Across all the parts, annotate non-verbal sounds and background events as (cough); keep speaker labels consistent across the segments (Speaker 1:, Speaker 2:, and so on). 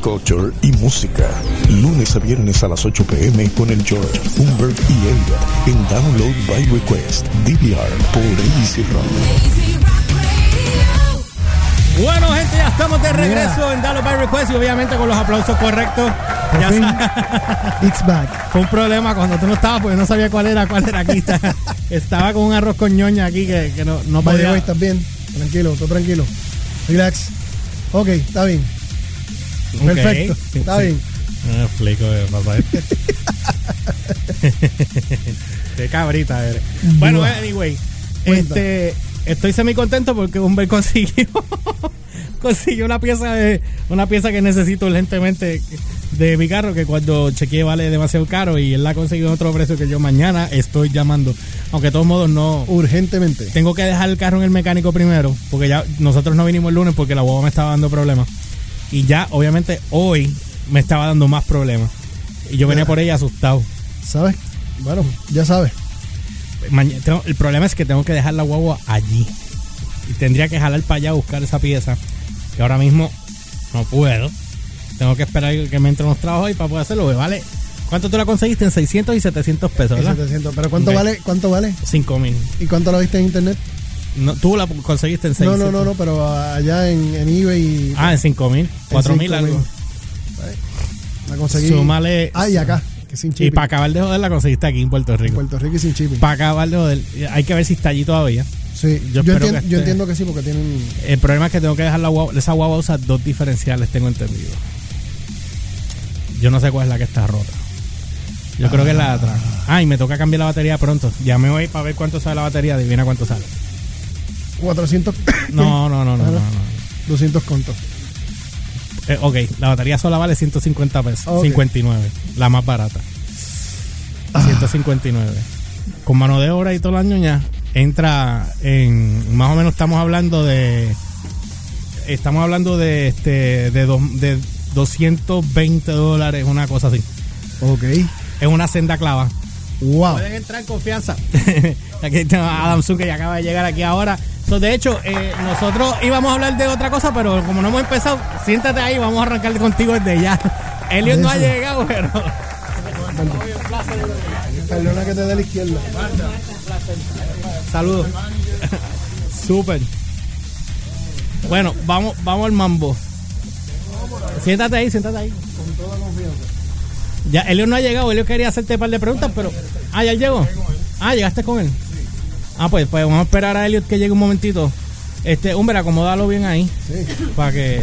Speaker 1: culture y música. Lunes a viernes a las 8 pm con el George, Humbert y Elda en Download by Request, DVR por Easy Rock.
Speaker 2: Bueno, gente, ya estamos de regreso yeah. en Download by Request y obviamente con los aplausos correctos. Ya
Speaker 3: It's
Speaker 2: (laughs)
Speaker 3: back.
Speaker 2: Fue un problema cuando tú no estabas porque no sabía cuál era, cuál era aquí. (laughs) Estaba con un arroz con ñoña aquí que, que no, no
Speaker 3: podía. Vale, estás bien. Tranquilo, todo tranquilo. Relax. Ok, está bien. Okay. Perfecto, está sí. bien.
Speaker 2: No me explico, papá. (laughs) Qué cabrita eres. Bueno, Buah. anyway. Cuenta. Este, estoy semi contento porque Humber consiguió (laughs) consiguió una pieza de, una pieza que necesito urgentemente de mi carro que cuando chequeé vale demasiado caro y él la ha conseguido a otro precio que yo mañana estoy llamando. Aunque de todos modos no.
Speaker 3: Urgentemente.
Speaker 2: Tengo que dejar el carro en el mecánico primero porque ya nosotros no vinimos el lunes porque la boba me estaba dando problemas. Y ya obviamente hoy me estaba dando más problemas. Y yo venía por ella asustado.
Speaker 3: ¿Sabes? Bueno, ya sabes.
Speaker 2: el problema es que tengo que dejar la guagua allí. Y tendría que jalar para allá a buscar esa pieza que ahora mismo no puedo. Tengo que esperar que me entren los trabajos y para poder hacerlo. Vale, ¿cuánto tú la conseguiste? En 600 y 700 pesos, ¿verdad?
Speaker 3: 700. ¿Pero cuánto okay. vale? ¿Cuánto vale?
Speaker 2: 5 mil.
Speaker 3: ¿Y cuánto la viste en internet?
Speaker 2: No, tú la conseguiste en
Speaker 3: 600. No, no, no, no, pero allá en, en eBay.
Speaker 2: Ah, en 5 mil. 4 mil algo.
Speaker 3: Vale. La conseguí.
Speaker 2: Súmale.
Speaker 3: Ah, y acá. Que sin
Speaker 2: y para acabar de joder la conseguiste aquí en Puerto Rico. En
Speaker 3: Puerto Rico y sin shipping.
Speaker 2: Para acabar de joder. Hay que ver si está allí todavía.
Speaker 3: Sí, yo, yo, entiendo, que yo, entiendo, que sí, porque tienen.
Speaker 2: El problema es que tengo que dejar la guagua. Esa guagua usa dos diferenciales, tengo entendido. Yo no sé cuál es la que está rota. Yo ah. creo que es la de atrás. Ah, y me toca cambiar la batería pronto. Llamé hoy para ver cuánto sale la batería. Adivina cuánto sale.
Speaker 3: 400. (coughs)
Speaker 2: No, no, no, no. no, no.
Speaker 3: 200 contos.
Speaker 2: Eh, ok, la batería sola vale 150 pesos. Okay. 59, la más barata. Ah. 159. Con mano de obra y todo el año ya entra en más o menos estamos hablando de estamos hablando de este de, do, de 220 dólares una cosa así
Speaker 3: ok
Speaker 2: es una senda clava
Speaker 3: wow
Speaker 2: pueden entrar en confianza (laughs) aquí está Adam Sun que ya acaba de llegar aquí ahora so, de hecho eh, nosotros íbamos a hablar de otra cosa pero como no hemos empezado siéntate ahí vamos a arrancar contigo desde ya (laughs) Elliot no ha llegado pero
Speaker 3: Perdona que te dé la izquierda.
Speaker 2: (laughs) Saludos. Súper. Bueno, vamos, vamos al mambo. Siéntate ahí, siéntate ahí. Con toda confianza. Ya, Elio no ha llegado, Elio quería hacerte un par de preguntas, pero. Ah, ya llegó. Ah, llegaste con él. Ah, pues, pues vamos a esperar a Elliot que llegue un momentito. Este, hombre, acomódalo bien ahí. Sí. Para que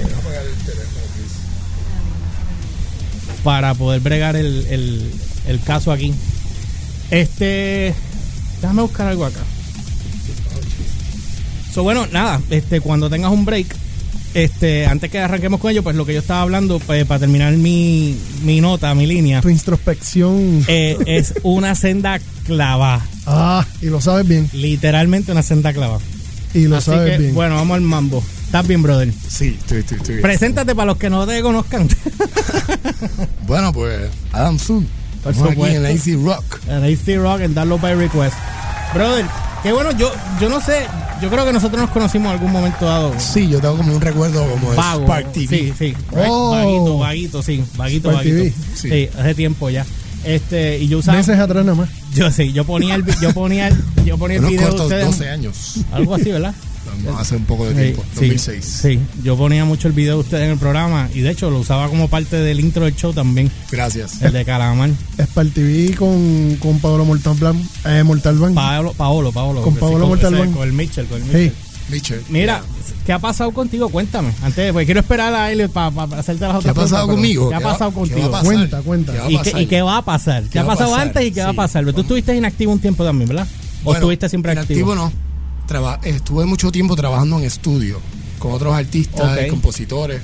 Speaker 2: para poder bregar el, el, el, caso aquí. Este. Déjame buscar algo acá. So, bueno, nada, este, cuando tengas un break, este, antes que arranquemos con ello, pues lo que yo estaba hablando, pues, para terminar mi, mi nota, mi línea.
Speaker 3: Tu introspección.
Speaker 2: Eh, es una senda clava.
Speaker 3: Ah, y lo sabes bien.
Speaker 2: Literalmente una senda clava.
Speaker 3: Y lo Así sabes que, bien.
Speaker 2: Bueno, vamos al mambo. ¿Estás bien, brother?
Speaker 4: Sí, estoy, estoy, estoy bien.
Speaker 2: Preséntate para los que no te conozcan. (laughs)
Speaker 4: bueno, pues, Adam Zoom. Por supuesto. Aquí en AC Rock.
Speaker 2: En AC Rock, en Darlo by Request. Brother, qué bueno, yo, yo no sé, yo creo que nosotros nos conocimos en algún momento dado.
Speaker 4: Sí, yo tengo como un recuerdo como
Speaker 2: Vago, Spark TV. Sí, sí. Oh. Vaguito, vaguito, sí. Vaguito, Spark vaguito. TV. Sí. sí, hace tiempo ya. Este, y yo usaba.
Speaker 3: Meses atrás nada más.
Speaker 2: Yo sí, yo ponía el, yo ponía el, yo ponía el
Speaker 4: Unos
Speaker 2: video
Speaker 4: cortos, de ustedes. 12 años.
Speaker 2: Algo así,
Speaker 4: (laughs)
Speaker 2: ¿verdad?
Speaker 4: hace un poco de tiempo, sí, 2006.
Speaker 2: Sí, yo ponía mucho el video de ustedes en el programa y de hecho lo usaba como parte del intro del show también.
Speaker 4: Gracias.
Speaker 2: El de Calamar.
Speaker 3: Spark TV con, con Pablo Mortalban. Eh, Mortalban.
Speaker 2: Paolo, Paolo, Paolo.
Speaker 3: Con Pablo sí, Mortalban.
Speaker 2: Con, con, el Mitchell, con el Mitchell. Sí.
Speaker 4: Mitchell.
Speaker 2: Mira, yeah. ¿qué ha pasado contigo? Cuéntame. Antes, pues quiero esperar a él para pa, pa hacerte las
Speaker 4: otras
Speaker 2: ¿Qué
Speaker 4: ha pasado
Speaker 2: preguntas,
Speaker 4: conmigo?
Speaker 2: ¿Qué, ha pasado
Speaker 3: va,
Speaker 2: contigo?
Speaker 3: Va cuenta, cuenta.
Speaker 2: ¿Qué ¿Y, qué, ¿Y, qué, va a pasar? ¿Qué, ha pasado pasar? antes y qué sí. va a pasar? Pero tú estuviste inactivo un tiempo también, ¿verdad? ¿O bueno, estuviste siempre
Speaker 4: inactivo? Inactivo no. Traba estuve mucho tiempo trabajando en estudio con otros artistas, okay. compositores.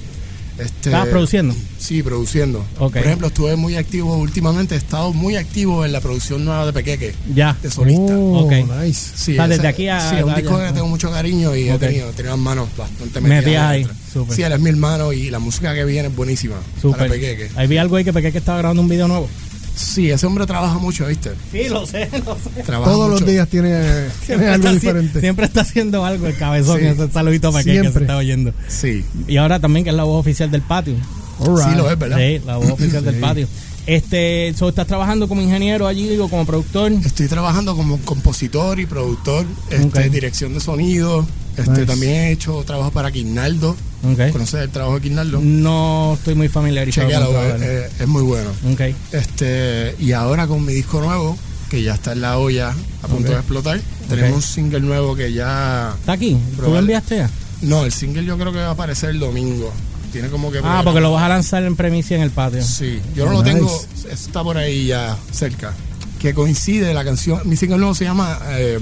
Speaker 4: Este,
Speaker 2: ¿Estabas Ah, produciendo?
Speaker 4: Sí, produciendo. Okay. Por ejemplo, estuve muy activo últimamente, he estado muy activo en la producción nueva de Pequeque.
Speaker 2: Ya.
Speaker 4: De solista.
Speaker 2: Oh, okay.
Speaker 4: nice. Sí,
Speaker 2: o sea, desde ese, aquí a.
Speaker 4: Sí, es un disco que tengo mucho cariño y he tenido, tenido manos bastante metidas.
Speaker 2: Metía ahí.
Speaker 4: Sí, él es mi hermano y la música que viene es buenísima. Super. Para Pequeque.
Speaker 2: Ahí vi algo ahí que Pequeque estaba grabando un video nuevo.
Speaker 4: Sí, ese hombre trabaja mucho, ¿viste?
Speaker 2: Sí, lo sé, lo sé.
Speaker 3: Trabaja Todos mucho. los días
Speaker 2: (laughs)
Speaker 3: tiene, tiene algo
Speaker 2: está,
Speaker 3: diferente.
Speaker 2: Siempre está haciendo algo el cabezón. Sí. Ese saludito para que, que se está oyendo.
Speaker 4: Sí.
Speaker 2: Y ahora también que es la voz oficial del patio. Alright.
Speaker 4: Sí, lo es, ¿verdad?
Speaker 2: Sí, la voz oficial del patio. Este, so, ¿Estás trabajando como ingeniero allí, digo, como productor?
Speaker 4: Estoy trabajando como compositor y productor, este,
Speaker 2: Ok.
Speaker 4: dirección de sonido. Este,
Speaker 3: Nice.
Speaker 4: También he hecho trabajo para Quinaldo.
Speaker 2: Ok.
Speaker 4: ¿Conoces el trabajo de Quinaldo?
Speaker 2: No estoy muy familiarizado
Speaker 4: Chequéalo,
Speaker 2: con el
Speaker 4: eh,
Speaker 2: trabajo.
Speaker 4: eh, es muy bueno.
Speaker 2: Ok.
Speaker 4: Este, y ahora con mi disco nuevo, que ya está en la olla, a punto de explotar, tenemos
Speaker 2: Ok.
Speaker 4: un single nuevo que ya.
Speaker 2: ¿Está aquí? ¿Tú lo
Speaker 4: Probable.
Speaker 2: enviaste ya? Ah,
Speaker 4: No, el single yo creo que va a aparecer el domingo. Tiene como que.
Speaker 2: Ah, porque lo vas a lanzar en premicia en el patio.
Speaker 4: Sí, yo no lo
Speaker 3: Nice.
Speaker 4: tengo, eso está por ahí ya cerca. Que coincide la canción, mi single nuevo se llama eh,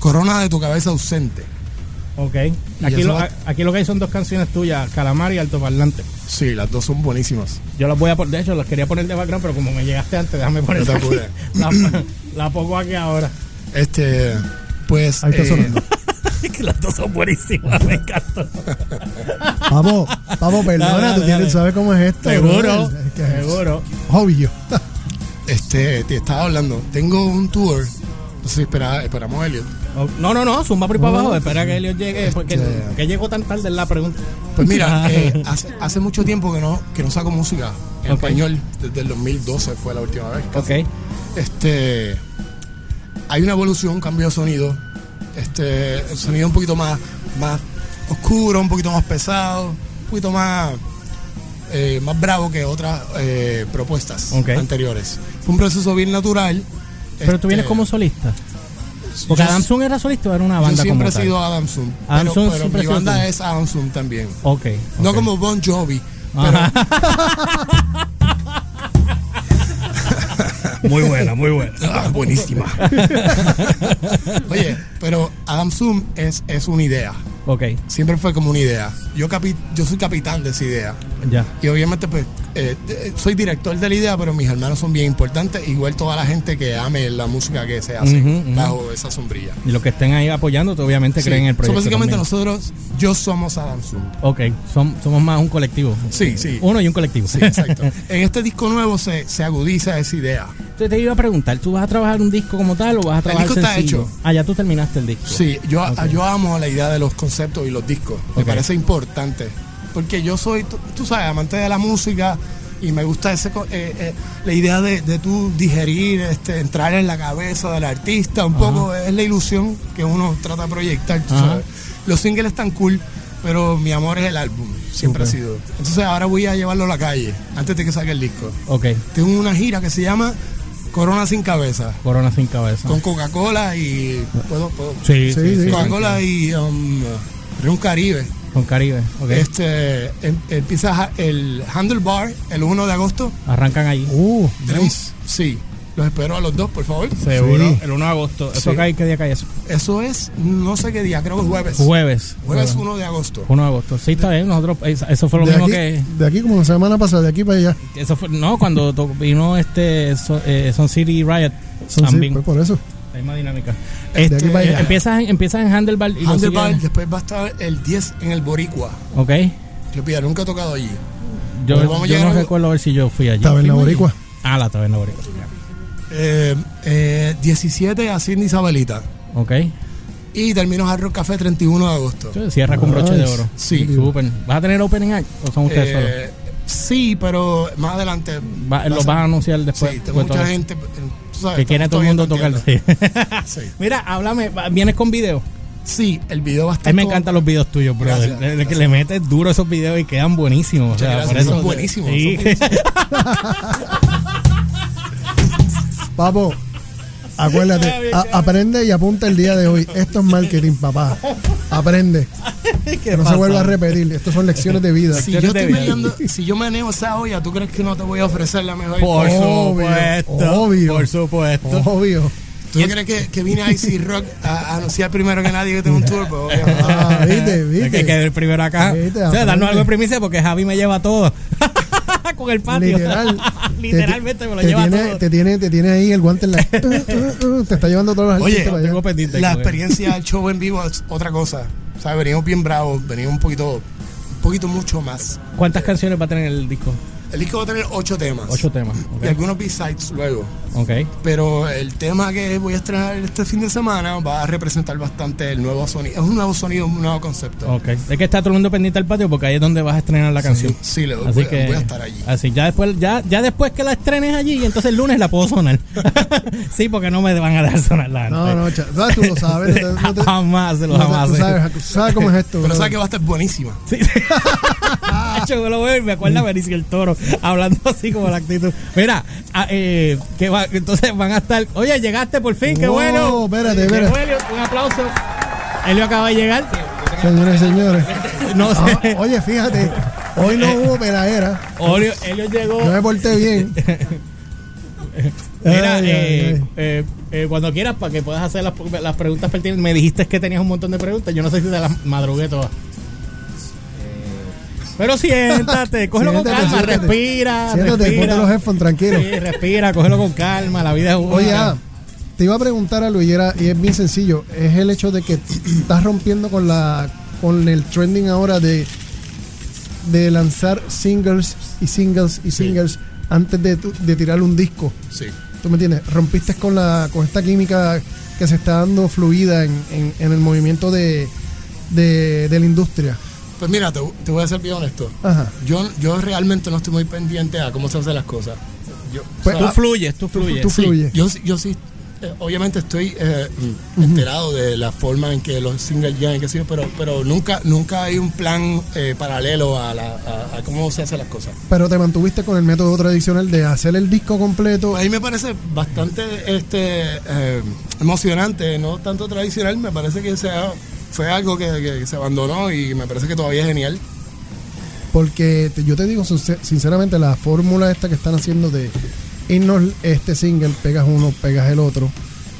Speaker 4: Corona de tu cabeza ausente.
Speaker 2: Ok.
Speaker 4: Y
Speaker 2: Aquí
Speaker 4: eso
Speaker 2: lo,
Speaker 4: va-
Speaker 2: a- aquí lo que hay son dos canciones tuyas, Calamar y Alto Parlante.
Speaker 4: Sí, las dos son buenísimas.
Speaker 2: Yo las voy a poner, de hecho las quería poner de background, pero como me llegaste antes, déjame poner
Speaker 4: te
Speaker 2: aquí.
Speaker 4: apures.
Speaker 2: (laughs) La, la pongo aquí ahora. (laughs)
Speaker 4: Este, pues.
Speaker 3: Ahí está sonando.
Speaker 2: que las dos son buenísimas, me encantó.
Speaker 3: Papo, papo,
Speaker 2: Dale,
Speaker 3: perdona,
Speaker 2: dale,
Speaker 3: tú
Speaker 2: dale.
Speaker 3: tienes, sabes cómo es esto.
Speaker 2: Seguro,
Speaker 3: brother? Es que es
Speaker 2: seguro.
Speaker 3: Obvio.
Speaker 4: Este, te estaba hablando, tengo un tour. No sé si espera- esperamos a Elliot.
Speaker 2: No, no, no, zumba por ahí para abajo, espera que Elliot llegue, porque
Speaker 4: Este-
Speaker 2: que llegó tan tarde es la pregunta.
Speaker 4: Pues
Speaker 2: (laughs)
Speaker 4: mira,
Speaker 2: Ah.
Speaker 4: eh, hace, hace mucho tiempo que no, que no saco música en
Speaker 2: Ok.
Speaker 4: español. Desde el 2012 fue la última vez.
Speaker 2: Ok,
Speaker 4: Este, hay una evolución, un cambio de sonido. Este, el sonido un poquito más, más oscuro, un poquito más pesado, un poquito más, eh, más bravo que otras eh, propuestas
Speaker 2: Ok.
Speaker 4: anteriores. Fue un proceso bien natural.
Speaker 2: pero tú vienes como solista. Porque
Speaker 4: yo-
Speaker 2: Adam Sun era solista o era una
Speaker 4: este, Yo
Speaker 2: banda
Speaker 4: siempre
Speaker 2: como
Speaker 4: he
Speaker 2: tal.
Speaker 4: sido Adam Zoom.
Speaker 2: Adam
Speaker 4: Pero,
Speaker 2: Zoom
Speaker 4: pero
Speaker 2: siempre
Speaker 4: mi
Speaker 2: ha sido tú.
Speaker 4: banda es Adam Zoom también.
Speaker 2: Ok.
Speaker 4: No
Speaker 2: ok.
Speaker 4: como Bon Jovi.
Speaker 2: Muy buena, muy buena.
Speaker 4: Ah, buenísima. Oye, pero Adam Zoom es, es una idea.
Speaker 2: (laughs) Ok,
Speaker 4: Siempre fue como una idea. Yo, capi- yo soy capitán de esa idea.
Speaker 2: ya.
Speaker 4: Y obviamente, pues, eh, eh, soy director de la idea, pero mis hermanos son bien importantes. Igual toda la gente que ame la música que se hace
Speaker 2: Ujú, ujú.
Speaker 4: bajo esa sombrilla.
Speaker 2: Y los que estén ahí apoyándote, obviamente creen en el
Speaker 4: Sí. So,
Speaker 2: proyecto.
Speaker 4: básicamente
Speaker 2: también.
Speaker 4: nosotros, yo somos Adam Zoom.
Speaker 2: Ok, som- somos más un colectivo.
Speaker 4: Sí, sí.
Speaker 2: Uno y un colectivo. (laughs)
Speaker 4: Sí, exacto. en este disco nuevo se, se agudiza esa idea.
Speaker 2: Te, te iba a preguntar, ¿tú vas a trabajar un disco como tal o vas a trabajar
Speaker 4: disco está
Speaker 2: sencillo?
Speaker 4: hecho.
Speaker 2: Ah, ya tú terminaste el disco.
Speaker 4: Sí, yo, yo amo la idea de los conceptos y los discos. Me
Speaker 2: Ok.
Speaker 4: parece importante. Porque yo soy, tú, tú sabes, amante de la música y me gusta ese, co- eh, eh, la idea de, de tú digerir, este, entrar en la cabeza del artista. Un poco es la ilusión que uno trata de proyectar. tú
Speaker 2: Ajá.
Speaker 4: sabes. Los singles están cool, pero mi amor es el álbum. Siempre
Speaker 2: Súper.
Speaker 4: ha sido. Entonces ahora voy a llevarlo a la calle antes de que saque el disco.
Speaker 2: Ok,
Speaker 4: Tengo una gira que se llama Corona sin cabeza.
Speaker 2: Corona sin cabeza.
Speaker 4: Con Coca-Cola y... ¿puedo, puedo?
Speaker 2: Sí, sí,
Speaker 3: Sí,
Speaker 2: sí,
Speaker 3: sí.
Speaker 2: Con,
Speaker 4: Coca-Cola y um, Río Caribe.
Speaker 2: Caribe. Ok.
Speaker 4: Este, em- empieza ja- el Handlebar el 1 de agosto.
Speaker 2: Arrancan ahí.
Speaker 3: Uh,
Speaker 4: Tenemos- Sí, los espero a los dos, por favor.
Speaker 2: Seguro.
Speaker 3: sí.
Speaker 2: El 1 de agosto. ¿Eso
Speaker 4: Sí.
Speaker 2: cae? ¿Qué día cae eso?
Speaker 4: Eso es, no sé qué día, creo que jueves.
Speaker 2: Jueves.
Speaker 4: Jueves 1 de agosto.
Speaker 2: 1 de agosto. Sí, está bien. Nosotros, es- eso fue lo
Speaker 3: de,
Speaker 2: mismo
Speaker 3: aquí,
Speaker 2: que.
Speaker 3: de aquí como la semana pasada, de aquí para allá.
Speaker 2: Eso fue, no, cuando to- vino este Son, eh, Son City Riot.
Speaker 3: Son sí,
Speaker 2: también.
Speaker 3: pues por eso.
Speaker 2: La misma dinámica. Este,
Speaker 3: aquí para allá.
Speaker 2: empiezas, en, empiezas en Handlebar y lo
Speaker 4: Handlebar,
Speaker 2: sigues-
Speaker 4: después va a estar el 10 en el Boricua.
Speaker 2: Ok.
Speaker 4: Yo pida, nunca he tocado allí.
Speaker 2: Yo,
Speaker 4: Pero vamos a
Speaker 2: yo
Speaker 4: llegar
Speaker 2: no
Speaker 4: a-
Speaker 2: recuerdo a ver si yo fui allí.
Speaker 3: Taberna
Speaker 2: Fuimos allí.
Speaker 3: Boricua.
Speaker 2: Ah, la taberna boricua.
Speaker 4: Eh, eh, 17 a Sidney Isabelita.
Speaker 2: Ok.
Speaker 4: Y termino Hard Rock Café 31 de agosto.
Speaker 2: Entonces, Cierra con broche de
Speaker 3: Nice.
Speaker 2: oro.
Speaker 4: Sí.
Speaker 2: Súper. ¿Vas a tener opening act o son ustedes solos?
Speaker 4: Eh, sí, pero más adelante.
Speaker 2: Va-
Speaker 4: va a
Speaker 2: los
Speaker 4: ser-
Speaker 2: vas a anunciar después.
Speaker 4: Sí, tengo
Speaker 2: después
Speaker 4: mucha
Speaker 2: todo.
Speaker 4: gente. eh, tú sabes,
Speaker 2: que quiere todo el
Speaker 4: todavía
Speaker 2: mundo
Speaker 4: no
Speaker 2: tocar.
Speaker 4: entiendo.
Speaker 2: (laughs) Sí.
Speaker 4: Sí.
Speaker 2: Mira, háblame. va- Vienes con video.
Speaker 4: Sí, el video va a estar.
Speaker 2: A mí me
Speaker 4: como-
Speaker 2: encantan los videos tuyos, bro.
Speaker 4: Gracias,
Speaker 2: le, le- que
Speaker 4: gracias.
Speaker 2: le metes duro esos videos y quedan buenísimos. o sea,
Speaker 4: gracias,
Speaker 2: por eso-
Speaker 4: son buenísimos,
Speaker 2: Sí.
Speaker 4: son buenísimos.
Speaker 3: Papo, acuérdate, a- aprende y apunta el día de hoy. Esto es marketing, papá. Aprende.
Speaker 2: (laughs) ¿Qué
Speaker 3: Que no se
Speaker 2: pasa?
Speaker 3: vuelva a repetir. Estas son lecciones de vida.
Speaker 4: Si
Speaker 2: Yo
Speaker 4: yo,
Speaker 2: te
Speaker 4: estoy
Speaker 2: vi.
Speaker 4: peleando, si yo meneo esa olla, ¿tú crees que no te voy a ofrecer la mejor?
Speaker 2: Por
Speaker 3: Obvio,
Speaker 2: supuesto.
Speaker 3: obvio.
Speaker 2: Por supuesto. (laughs)
Speaker 3: Obvio.
Speaker 4: ¿Tú crees que, que vine a Icy Rock a, a anunciar primero que nadie que tengo un tour? Pues,
Speaker 2: (laughs)
Speaker 4: obviamente.
Speaker 3: Ah, viste,
Speaker 2: Hay que
Speaker 3: viste.
Speaker 2: quedar primero acá.
Speaker 3: Viste,
Speaker 2: o sea, darnos
Speaker 3: aprende.
Speaker 2: algo de primicia porque Javi me lleva
Speaker 3: (laughs)
Speaker 2: todo. Con el patio. (laughs)
Speaker 3: Literal.
Speaker 2: Literalmente me lo
Speaker 3: te
Speaker 2: lleva
Speaker 3: tiene,
Speaker 2: todo.
Speaker 3: Te tiene, te tiene ahí el guante
Speaker 2: (laughs)
Speaker 3: en la. te está llevando todos los
Speaker 4: Oye,
Speaker 3: artistas para allá.
Speaker 2: Tengo pendiente.
Speaker 4: la
Speaker 2: como que-
Speaker 4: experiencia del show en vivo es otra cosa. O sea, venimos bien bravos, venimos un poquito, un poquito mucho más.
Speaker 2: ¿Cuántas canciones va a tener el disco?
Speaker 4: El disco va a tener ocho temas.
Speaker 2: Ocho temas.
Speaker 4: Y
Speaker 2: Ok.
Speaker 4: algunos B-sides luego.
Speaker 2: Ok.
Speaker 4: Pero el tema que voy a estrenar este fin de semana va a representar bastante el nuevo sonido. Es un nuevo sonido, un nuevo concepto.
Speaker 2: ok. Es que está todo el mundo pendiente al patio porque ahí es donde vas a estrenar la canción.
Speaker 4: Sí, le doy-
Speaker 3: Pues
Speaker 2: Así
Speaker 4: voy,
Speaker 2: que Ah.
Speaker 4: voy a estar allí.
Speaker 2: Así, ya después, ya, ya después que la estrenes allí, entonces el lunes la puedo
Speaker 3: (laughs)
Speaker 2: sonar. sí, porque no me van a dejar sonarla antes.
Speaker 3: No, no, cha- no, tú lo sabes. no te-
Speaker 2: (laughs)
Speaker 3: no te-
Speaker 2: jamás, lo
Speaker 3: no te-
Speaker 2: jamás.
Speaker 3: tú sabes, tú sabes cómo es esto.
Speaker 4: Pero
Speaker 3: bro.
Speaker 4: sabes que va a estar buenísima.
Speaker 2: Sí. Hacho, yo lo veo y me acuerda a Benicio el Toro hablando así como la actitud. Mira, ah, eh, que va- entonces van a estar. Oye, llegaste por fin, qué
Speaker 3: Wow,
Speaker 2: bueno.
Speaker 3: espérate,
Speaker 2: Qué
Speaker 3: espérate.
Speaker 2: bueno, un aplauso. Elio acaba de llegar.
Speaker 3: Señoras
Speaker 2: (laughs)
Speaker 3: y señores.
Speaker 2: No
Speaker 3: Ah,
Speaker 2: sé.
Speaker 3: oye, fíjate, hoy no hubo pelaera.
Speaker 2: Olio- Elio llegó.
Speaker 3: Yo me porté bien.
Speaker 2: Mira,
Speaker 3: Ay, ay,
Speaker 2: eh,
Speaker 3: ay.
Speaker 2: eh, eh, cuando quieras, para que puedas hacer las, las preguntas pertinentes. Me dijiste que tenías un montón de preguntas. Yo no sé si te las madrugué todas. Pero
Speaker 3: (laughs)
Speaker 2: siéntate, cógelo con
Speaker 3: Siéntate,
Speaker 2: calma,
Speaker 3: siéntate.
Speaker 2: respira.
Speaker 3: Siéntate,
Speaker 2: respira.
Speaker 3: ponte los headphones, tranquilo.
Speaker 2: Ah, Sí, respira, cógelo con calma, la vida es una.
Speaker 3: Oye, ah, te iba a preguntar a Luis, y era- y es bien sencillo, es el hecho de que estás rompiendo con la con el trending ahora de, de lanzar singles y singles y singles antes de, tu- de tirar un disco.
Speaker 4: Sí.
Speaker 3: ¿Tú me entiendes? Rompiste con la con esta química que se está dando fluida en, en- en el movimiento de, de, de la industria.
Speaker 4: Pues mira, te, te voy a ser bien honesto.
Speaker 3: Ajá.
Speaker 4: Yo, yo realmente no estoy muy pendiente a cómo se hacen las cosas. Yo,
Speaker 3: Pues,
Speaker 2: Tú
Speaker 3: ah,
Speaker 2: fluyes, tú fluyes.
Speaker 3: tú
Speaker 4: Sí,
Speaker 3: fluyes.
Speaker 4: yo, sí- yo sí, eh, obviamente estoy eh, mm, enterado de la forma en que los singles llegan, y qué sé yo, pero, pero nunca, nunca hay un plan eh, paralelo a, la, a, a cómo se hacen las cosas.
Speaker 3: Pero te mantuviste con el método tradicional de hacer el disco completo.
Speaker 4: A mí Pues me parece bastante este, eh, emocionante, no tanto tradicional, me parece que sea, fue algo que, que- que se abandonó y me parece que todavía es genial.
Speaker 3: Porque te- yo te digo sincer- sinceramente, la fórmula esta que están haciendo de irnos este single, pegas uno, pegas el otro,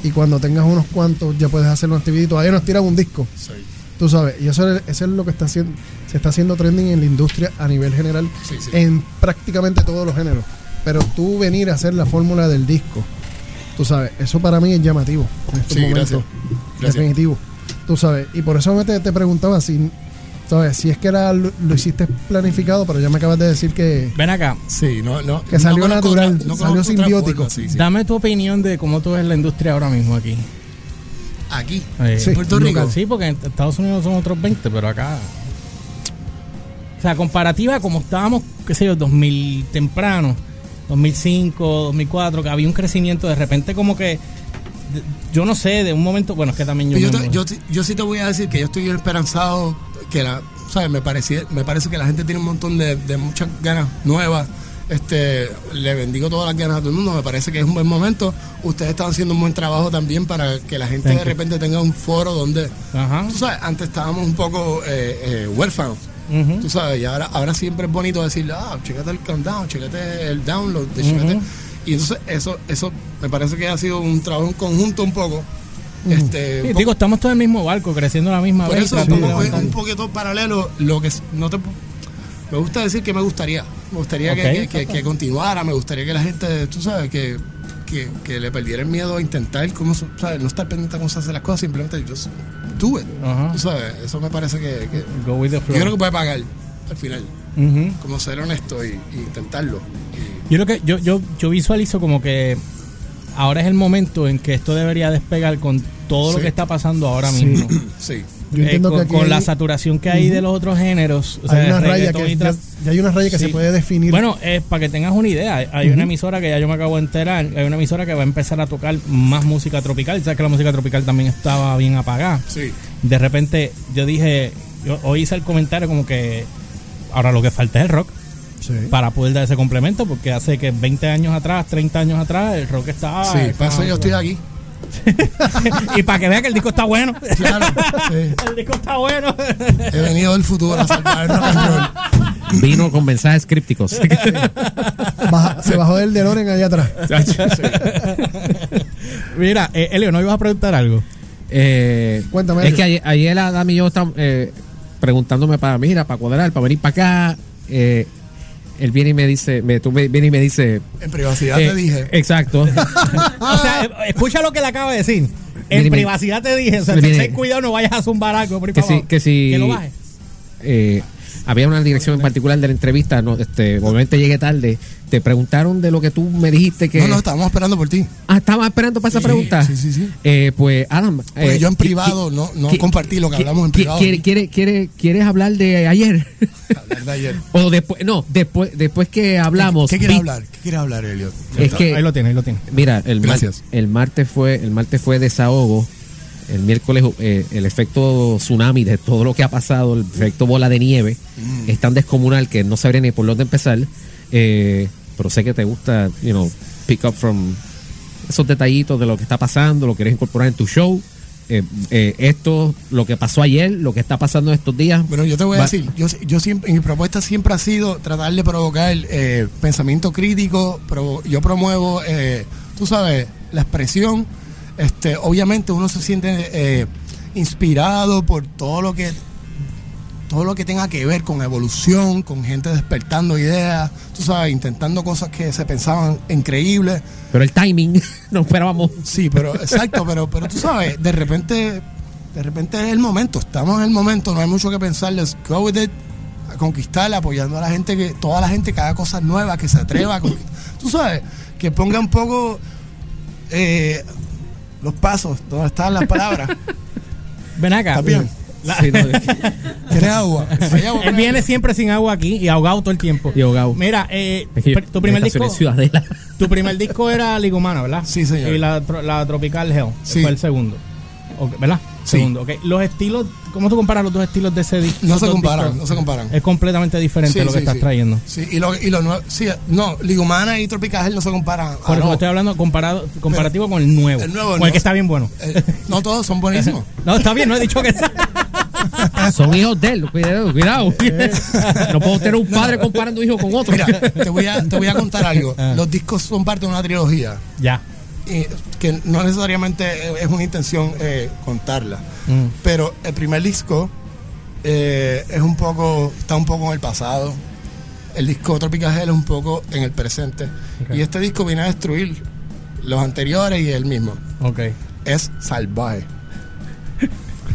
Speaker 3: y cuando tengas unos cuantos ya puedes hacer un actividad y todavía nos tiran un disco,
Speaker 4: Sí,
Speaker 3: tú sabes. Y eso es, eso es lo que está haciendo, se está haciendo trending en la industria a nivel general,
Speaker 4: Sí, sí.
Speaker 3: en prácticamente todos los géneros. Pero tú venir a hacer la fórmula del disco, tú sabes, eso para mí es llamativo en estos
Speaker 4: Sí,
Speaker 3: momentos.
Speaker 4: gracias. Gracias.
Speaker 3: Definitivo. Tú sabes. Y por eso te, te preguntaba si, ¿sabes? Si es que era, lo, lo hiciste planificado, pero ya me acabas de decir que.
Speaker 2: Ven acá,
Speaker 4: Sí, no, no.
Speaker 3: Que salió
Speaker 4: conozco
Speaker 3: natural,
Speaker 4: otra-
Speaker 3: salió
Speaker 4: conozco otra
Speaker 3: simbiótico.
Speaker 4: forma, sí, sí.
Speaker 2: dame tu opinión de cómo tú ves la industria ahora mismo aquí.
Speaker 4: Aquí,
Speaker 2: Eh,
Speaker 4: en Puerto Rico.
Speaker 2: Sí, porque en Estados Unidos son otros 20, pero acá. O sea, comparativa a como estábamos, qué sé yo, 2000 temprano, 2005, 2004, que había un crecimiento de repente como que. de- Yo no sé, de un momento. Bueno, es que también yo.
Speaker 4: Yo,
Speaker 2: me-
Speaker 4: te- yo, te- yo sí te voy a decir que yo estoy esperanzado que la, ¿sabes? Me, parecía, me parece que la gente tiene un montón de, de muchas ganas nuevas. Este, le bendigo todas las ganas a todo el mundo, me parece que es un buen momento. Ustedes están haciendo un buen trabajo también para que la gente
Speaker 2: Thank
Speaker 4: de
Speaker 2: you.
Speaker 4: repente tenga un foro donde,
Speaker 2: Ajá.
Speaker 4: tú sabes, antes estábamos un poco eh, eh, huérfanos.
Speaker 2: Ujú.
Speaker 4: Tú sabes, y ahora, ahora siempre es bonito decirle, ah, checate el countdown, checate el download, chécate". Y entonces eso, eso me parece que ha sido un trabajo en conjunto un poco.
Speaker 2: Sí,
Speaker 4: Este, un poco-
Speaker 2: digo, estamos todos en el mismo barco, creciendo a la misma
Speaker 4: por
Speaker 2: vez.
Speaker 4: eso,
Speaker 2: tratando de
Speaker 4: como es
Speaker 2: levantar.
Speaker 4: un poquito paralelo, lo que s- no te pu- me gusta decir que me gustaría. Me gustaría que-
Speaker 2: Ok.
Speaker 4: que, que- que continuara, me gustaría que la gente, tú sabes, que, que, que le perdiera el miedo a intentar, cómo, se- ¿sabes? no estar pendiente a cómo se hacen las cosas, simplemente yo do it.
Speaker 2: Ajá.
Speaker 4: Tú sabes, eso me parece que, que-
Speaker 2: Go with the
Speaker 4: pues, yo
Speaker 2: flow.
Speaker 4: creo que puede pagar al final,
Speaker 2: Ujú.
Speaker 4: como ser honesto y, y intentarlo. Y-
Speaker 2: Yo lo que yo, yo, yo visualizo como que ahora es el momento en que esto debería despegar con todo lo
Speaker 4: Sí.
Speaker 2: que está pasando ahora mismo.
Speaker 4: sí.
Speaker 3: Yo
Speaker 2: Eh,
Speaker 3: entiendo
Speaker 2: con,
Speaker 3: que aquí
Speaker 2: con la
Speaker 3: hay-
Speaker 2: saturación que hay de los otros géneros, o sea,
Speaker 3: hay una raya
Speaker 2: reggaetón
Speaker 3: que.
Speaker 2: y
Speaker 3: Ya,
Speaker 2: trap.
Speaker 3: ya hay una raya que
Speaker 2: Sí.
Speaker 3: se puede definir.
Speaker 2: Bueno, eh, para que tengas una idea, hay una emisora que ya yo me acabo de enterar, hay una emisora que va a empezar a tocar más música tropical, sabes que la música tropical también estaba bien apagada.
Speaker 4: Sí.
Speaker 2: De repente yo dije, yo hoy hice el comentario como que ahora lo que falta es el rock
Speaker 3: Sí.
Speaker 2: para poder dar ese complemento, porque hace que 20 años atrás, 30 años atrás, el rock estaba.
Speaker 4: Sí, para eso yo estoy
Speaker 5: pues.
Speaker 4: aquí.
Speaker 2: (laughs) y para que vean que el disco está bueno.
Speaker 4: Claro, sí.
Speaker 2: (laughs) el disco está bueno.
Speaker 4: he venido del futuro a salvar el rock and roll.
Speaker 5: Vino con mensajes crípticos.
Speaker 3: Baja- se bajó del DeLorean allá atrás.
Speaker 2: (laughs) Mira, eh, Elio, ¿no ibas a preguntar algo?
Speaker 5: Eh,
Speaker 3: Cuéntame,
Speaker 5: Es
Speaker 3: Elio.
Speaker 5: que ayer, ayer Adam y yo estábamos eh, preguntándome para, mira, para cuadrar, para venir para acá. Eh, él viene y me dice, me, tú me- viene y me dice.
Speaker 4: En privacidad
Speaker 5: eh,
Speaker 4: te dije. (laughs)
Speaker 5: Exacto.
Speaker 2: (laughs) O sea, eh, escucha lo que le acabo de decir. En
Speaker 5: Mire, mire.
Speaker 2: privacidad te dije, o sea,
Speaker 5: Mire, mire.
Speaker 2: ten cuidado, no vayas a zumbar algo. por ahí
Speaker 5: Que
Speaker 2: para
Speaker 5: sí,
Speaker 2: abajo.
Speaker 5: que sí.
Speaker 2: Que lo bajes.
Speaker 5: Eh, había una dirección en particular de la entrevista, no, este, obviamente llegué tarde. Te preguntaron de lo que tú me dijiste que.
Speaker 4: No, no, estábamos esperando por ti.
Speaker 5: Ah, estaba esperando para esa
Speaker 4: Sí,
Speaker 5: pregunta.
Speaker 4: sí, sí, sí.
Speaker 5: Eh, pues, Adam.
Speaker 4: Porque
Speaker 5: eh,
Speaker 4: yo en
Speaker 5: qui-
Speaker 4: privado
Speaker 5: qui-
Speaker 4: no, no
Speaker 5: qui-
Speaker 4: compartí lo que
Speaker 5: qui-
Speaker 4: hablamos en
Speaker 5: qui-
Speaker 4: privado.
Speaker 5: quiere- quiere- quiere- ¿Quieres hablar de ayer? (laughs)
Speaker 4: Hablar de ayer.
Speaker 5: o después, no, después, después que hablamos.
Speaker 4: ¿Qué quiere
Speaker 5: vi-
Speaker 4: hablar? ¿Qué quiere hablar, Elliot?
Speaker 5: Es que-
Speaker 2: Ahí lo tiene, ahí lo tiene.
Speaker 5: Mira, el, mar-
Speaker 4: Gracias.
Speaker 5: el martes fue el martes fue desahogo. El miércoles eh, el efecto tsunami de todo lo que ha pasado, el efecto bola de nieve,
Speaker 4: Mm.
Speaker 5: es tan descomunal que no sabría ni por dónde empezar. Eh, pero sé que te gusta, you know, pick up from esos detallitos de lo que está pasando, lo quieres incorporar en tu show. Eh, eh, esto, lo que pasó ayer, lo que está pasando estos días.
Speaker 4: Bueno, yo te voy a
Speaker 5: Va-
Speaker 4: decir, yo, yo siempre, mi propuesta siempre ha sido tratar de provocar eh, pensamiento crítico, provo- yo promuevo, eh, tú sabes, la expresión, este, obviamente uno se siente eh, inspirado por todo lo que todo lo que tenga que ver con evolución, con gente despertando ideas, tú sabes, intentando cosas que se pensaban increíbles.
Speaker 5: Pero el timing, (laughs) no esperábamos.
Speaker 4: Sí, pero exacto, pero, pero tú sabes, de repente, de repente es el momento, estamos en el momento, no hay mucho que pensar, let's go with it, a conquistar, apoyando a la gente, que toda la gente que haga cosas nuevas, que se atreva a conquistar. Tú sabes, que ponga un poco eh, los pasos, donde están las
Speaker 2: (laughs)
Speaker 4: palabras.
Speaker 2: Ven acá.
Speaker 4: ¿Está bien?
Speaker 5: Sí, no, es que-
Speaker 4: ¿Quieres agua? Hay agua por
Speaker 2: Él
Speaker 4: ahí.
Speaker 2: viene siempre sin agua aquí y ahogado todo el tiempo.
Speaker 5: Y ahogado.
Speaker 2: Mira, eh,
Speaker 5: es que yo-
Speaker 2: pr- tu primer
Speaker 5: en
Speaker 2: disco.
Speaker 5: estaciones Ciudadela.
Speaker 2: Tu primer disco era Ligumana, ¿verdad?
Speaker 4: Sí, señor.
Speaker 2: Y la, tro- la Tropical Hell
Speaker 4: Sí.
Speaker 2: fue el segundo. Ok, ¿Verdad?
Speaker 4: Sí.
Speaker 2: Segundo, ok. Los estilos, ¿cómo tú comparas los dos estilos de ese disco?
Speaker 4: No
Speaker 2: Los
Speaker 4: se
Speaker 2: dos
Speaker 4: comparan,
Speaker 2: discos?
Speaker 4: no se comparan.
Speaker 2: Es completamente diferente
Speaker 4: Sí,
Speaker 2: lo que
Speaker 4: sí,
Speaker 2: estás
Speaker 4: sí.
Speaker 2: trayendo.
Speaker 4: Sí, y lo, y lo nuevo, sí, no, Ligumana y Tropicagel no se comparan.
Speaker 2: Por
Speaker 4: Ah,
Speaker 2: eso
Speaker 4: no.
Speaker 2: estoy hablando comparado, comparativo con el nuevo.
Speaker 4: El nuevo,
Speaker 2: con
Speaker 4: ¿no?
Speaker 2: el que está bien bueno.
Speaker 4: Eh, no todos son buenísimos.
Speaker 2: No, está bien, no he dicho que
Speaker 4: (laughs)
Speaker 2: sea.
Speaker 5: (laughs) Son hijos de él, cuidado, (laughs) cuidado. Eh. No puedo tener un padre comparando hijos con
Speaker 4: (laughs)
Speaker 5: otro.
Speaker 4: Mira, te voy, a, te voy a contar algo.
Speaker 2: Ah.
Speaker 4: Los discos son parte de una trilogía
Speaker 2: ya.
Speaker 4: eh, que no necesariamente es una intención eh, contarla.
Speaker 2: Mm.
Speaker 4: Pero el primer disco eh, es un poco, está un poco en el pasado. El disco Tropical Hell es un poco en el presente.
Speaker 2: Ok.
Speaker 4: Y este disco viene a destruir los anteriores y el mismo.
Speaker 2: Ok.
Speaker 4: Es salvaje.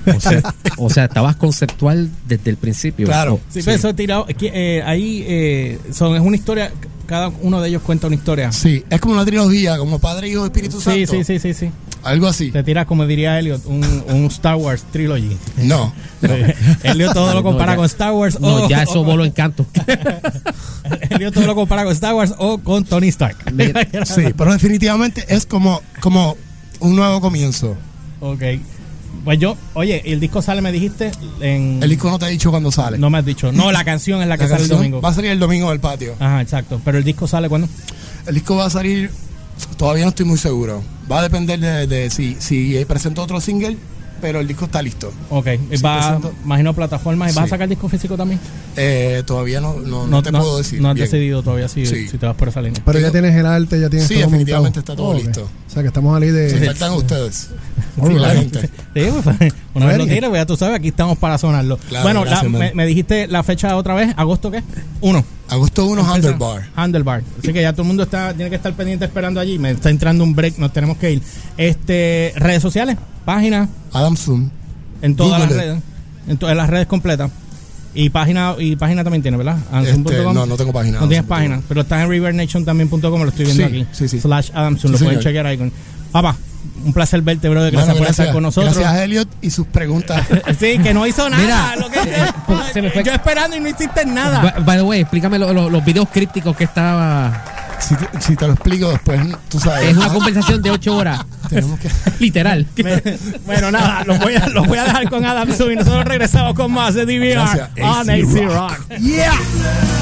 Speaker 5: O sea, o sea, estabas conceptual desde el principio.
Speaker 4: Claro.
Speaker 2: Sí, pero eso he tirado. es que, eh, ahí eh, son, es una historia, cada uno de ellos cuenta una historia.
Speaker 4: Sí, es como una trilogía, como Padre, Hijo, Espíritu
Speaker 2: Sí, sí,
Speaker 4: Santo.
Speaker 2: sí, sí, sí.
Speaker 4: Algo así.
Speaker 2: Te tiras, como diría Elliot, un, un Star Wars Trilogy.
Speaker 4: No.
Speaker 2: (laughs) Elliot todo lo
Speaker 5: No,
Speaker 2: compara
Speaker 5: ya-
Speaker 2: con Star Wars.
Speaker 5: No,
Speaker 2: o,
Speaker 5: ya eso
Speaker 2: o-
Speaker 5: voló (laughs) encanto.
Speaker 2: (laughs) Elliot todo lo compara con Star Wars o con Tony Stark. (laughs)
Speaker 5: Mira,
Speaker 4: Sí, pero definitivamente es como, como un nuevo comienzo.
Speaker 2: ok. Pues yo, oye, el disco sale, me dijiste, en...
Speaker 4: El disco no te ha dicho cuándo sale.
Speaker 2: No me has dicho. No, la canción es la
Speaker 4: La
Speaker 2: que sale el
Speaker 4: canción
Speaker 2: domingo. Ah.
Speaker 4: Va a salir el domingo del patio.
Speaker 2: Ajá, exacto. Pero el disco sale cuando.
Speaker 4: El disco va a salir, todavía no estoy muy seguro. Va a depender de, de si, si presento otro single, pero el disco está listo.
Speaker 2: Ok. Y
Speaker 4: Sí,
Speaker 2: va,
Speaker 4: presento.
Speaker 2: imagino plataformas. ¿Y vas a
Speaker 4: Sí.
Speaker 2: sacar disco físico también?
Speaker 4: Eh, todavía no, no, no te puedo decir.
Speaker 2: No has
Speaker 4: bien.
Speaker 2: decidido todavía si,
Speaker 4: Sí.
Speaker 2: si te vas por esa línea.
Speaker 3: Pero ya
Speaker 4: Digo-
Speaker 3: tienes el arte, ya tienes
Speaker 4: Sí,
Speaker 3: todo
Speaker 4: definitivamente
Speaker 3: montado.
Speaker 4: está todo
Speaker 3: Ok.
Speaker 4: listo.
Speaker 3: O sea que estamos a ley
Speaker 4: Se
Speaker 3: de.
Speaker 2: (laughs)
Speaker 4: faltan ustedes.
Speaker 3: All
Speaker 4: Sí, la
Speaker 3: right.
Speaker 4: gente.
Speaker 2: Sí, pues, una vez lo
Speaker 3: Eric.
Speaker 2: tires, pues ya tú sabes, aquí estamos para sonarlo.
Speaker 4: Claro,
Speaker 2: bueno, la-
Speaker 4: gracias, man.
Speaker 2: me, me dijiste la fecha otra vez, agosto qué? Uno.
Speaker 4: Agosto 1,
Speaker 2: Empieza-
Speaker 4: Underbar.
Speaker 2: Handlebar. Así que ya todo el mundo está, tiene que estar pendiente esperando allí. Me está entrando un break, nos tenemos que ir. Este, redes sociales, páginas,
Speaker 4: Adam Zoom.
Speaker 2: en todas las
Speaker 4: Google it.
Speaker 2: redes, en todas las redes completas. Y página, y página también tiene, ¿verdad? Anson.com.
Speaker 4: Este, no, no tengo página.
Speaker 2: No tienes
Speaker 4: Anson.com.
Speaker 2: página, pero está en rivernation.com, lo estoy viendo
Speaker 4: Sí,
Speaker 2: aquí.
Speaker 4: sí, sí.
Speaker 2: Slash Adamson,
Speaker 4: Sí,
Speaker 2: lo pueden
Speaker 4: señor.
Speaker 2: chequear ahí. Con... Papá, un placer verte, brother. Gracias
Speaker 4: Bueno,
Speaker 2: por estar con nosotros.
Speaker 4: Gracias, Elliot, y
Speaker 2: (laughs)
Speaker 4: sus preguntas.
Speaker 2: Sí, que no hizo nada.
Speaker 5: Mira,
Speaker 2: lo que-
Speaker 4: eh,
Speaker 2: (laughs)
Speaker 5: pues, se me fue-
Speaker 2: Yo esperando y no hiciste nada.
Speaker 5: By, by the way, explícame lo- lo- los videos crípticos que estaba.
Speaker 4: si, te, si te lo explico después, tú sabes.
Speaker 5: Es una
Speaker 4: ¿no?
Speaker 5: conversación de ocho horas,
Speaker 4: Tenemos que.
Speaker 5: literal.
Speaker 2: (laughs) Me- bueno, nada, los voy, a, los voy a dejar con Adam Zoom y nosotros regresamos con más de DVR
Speaker 4: Gracias,
Speaker 2: on AC Rock.
Speaker 4: Yeah.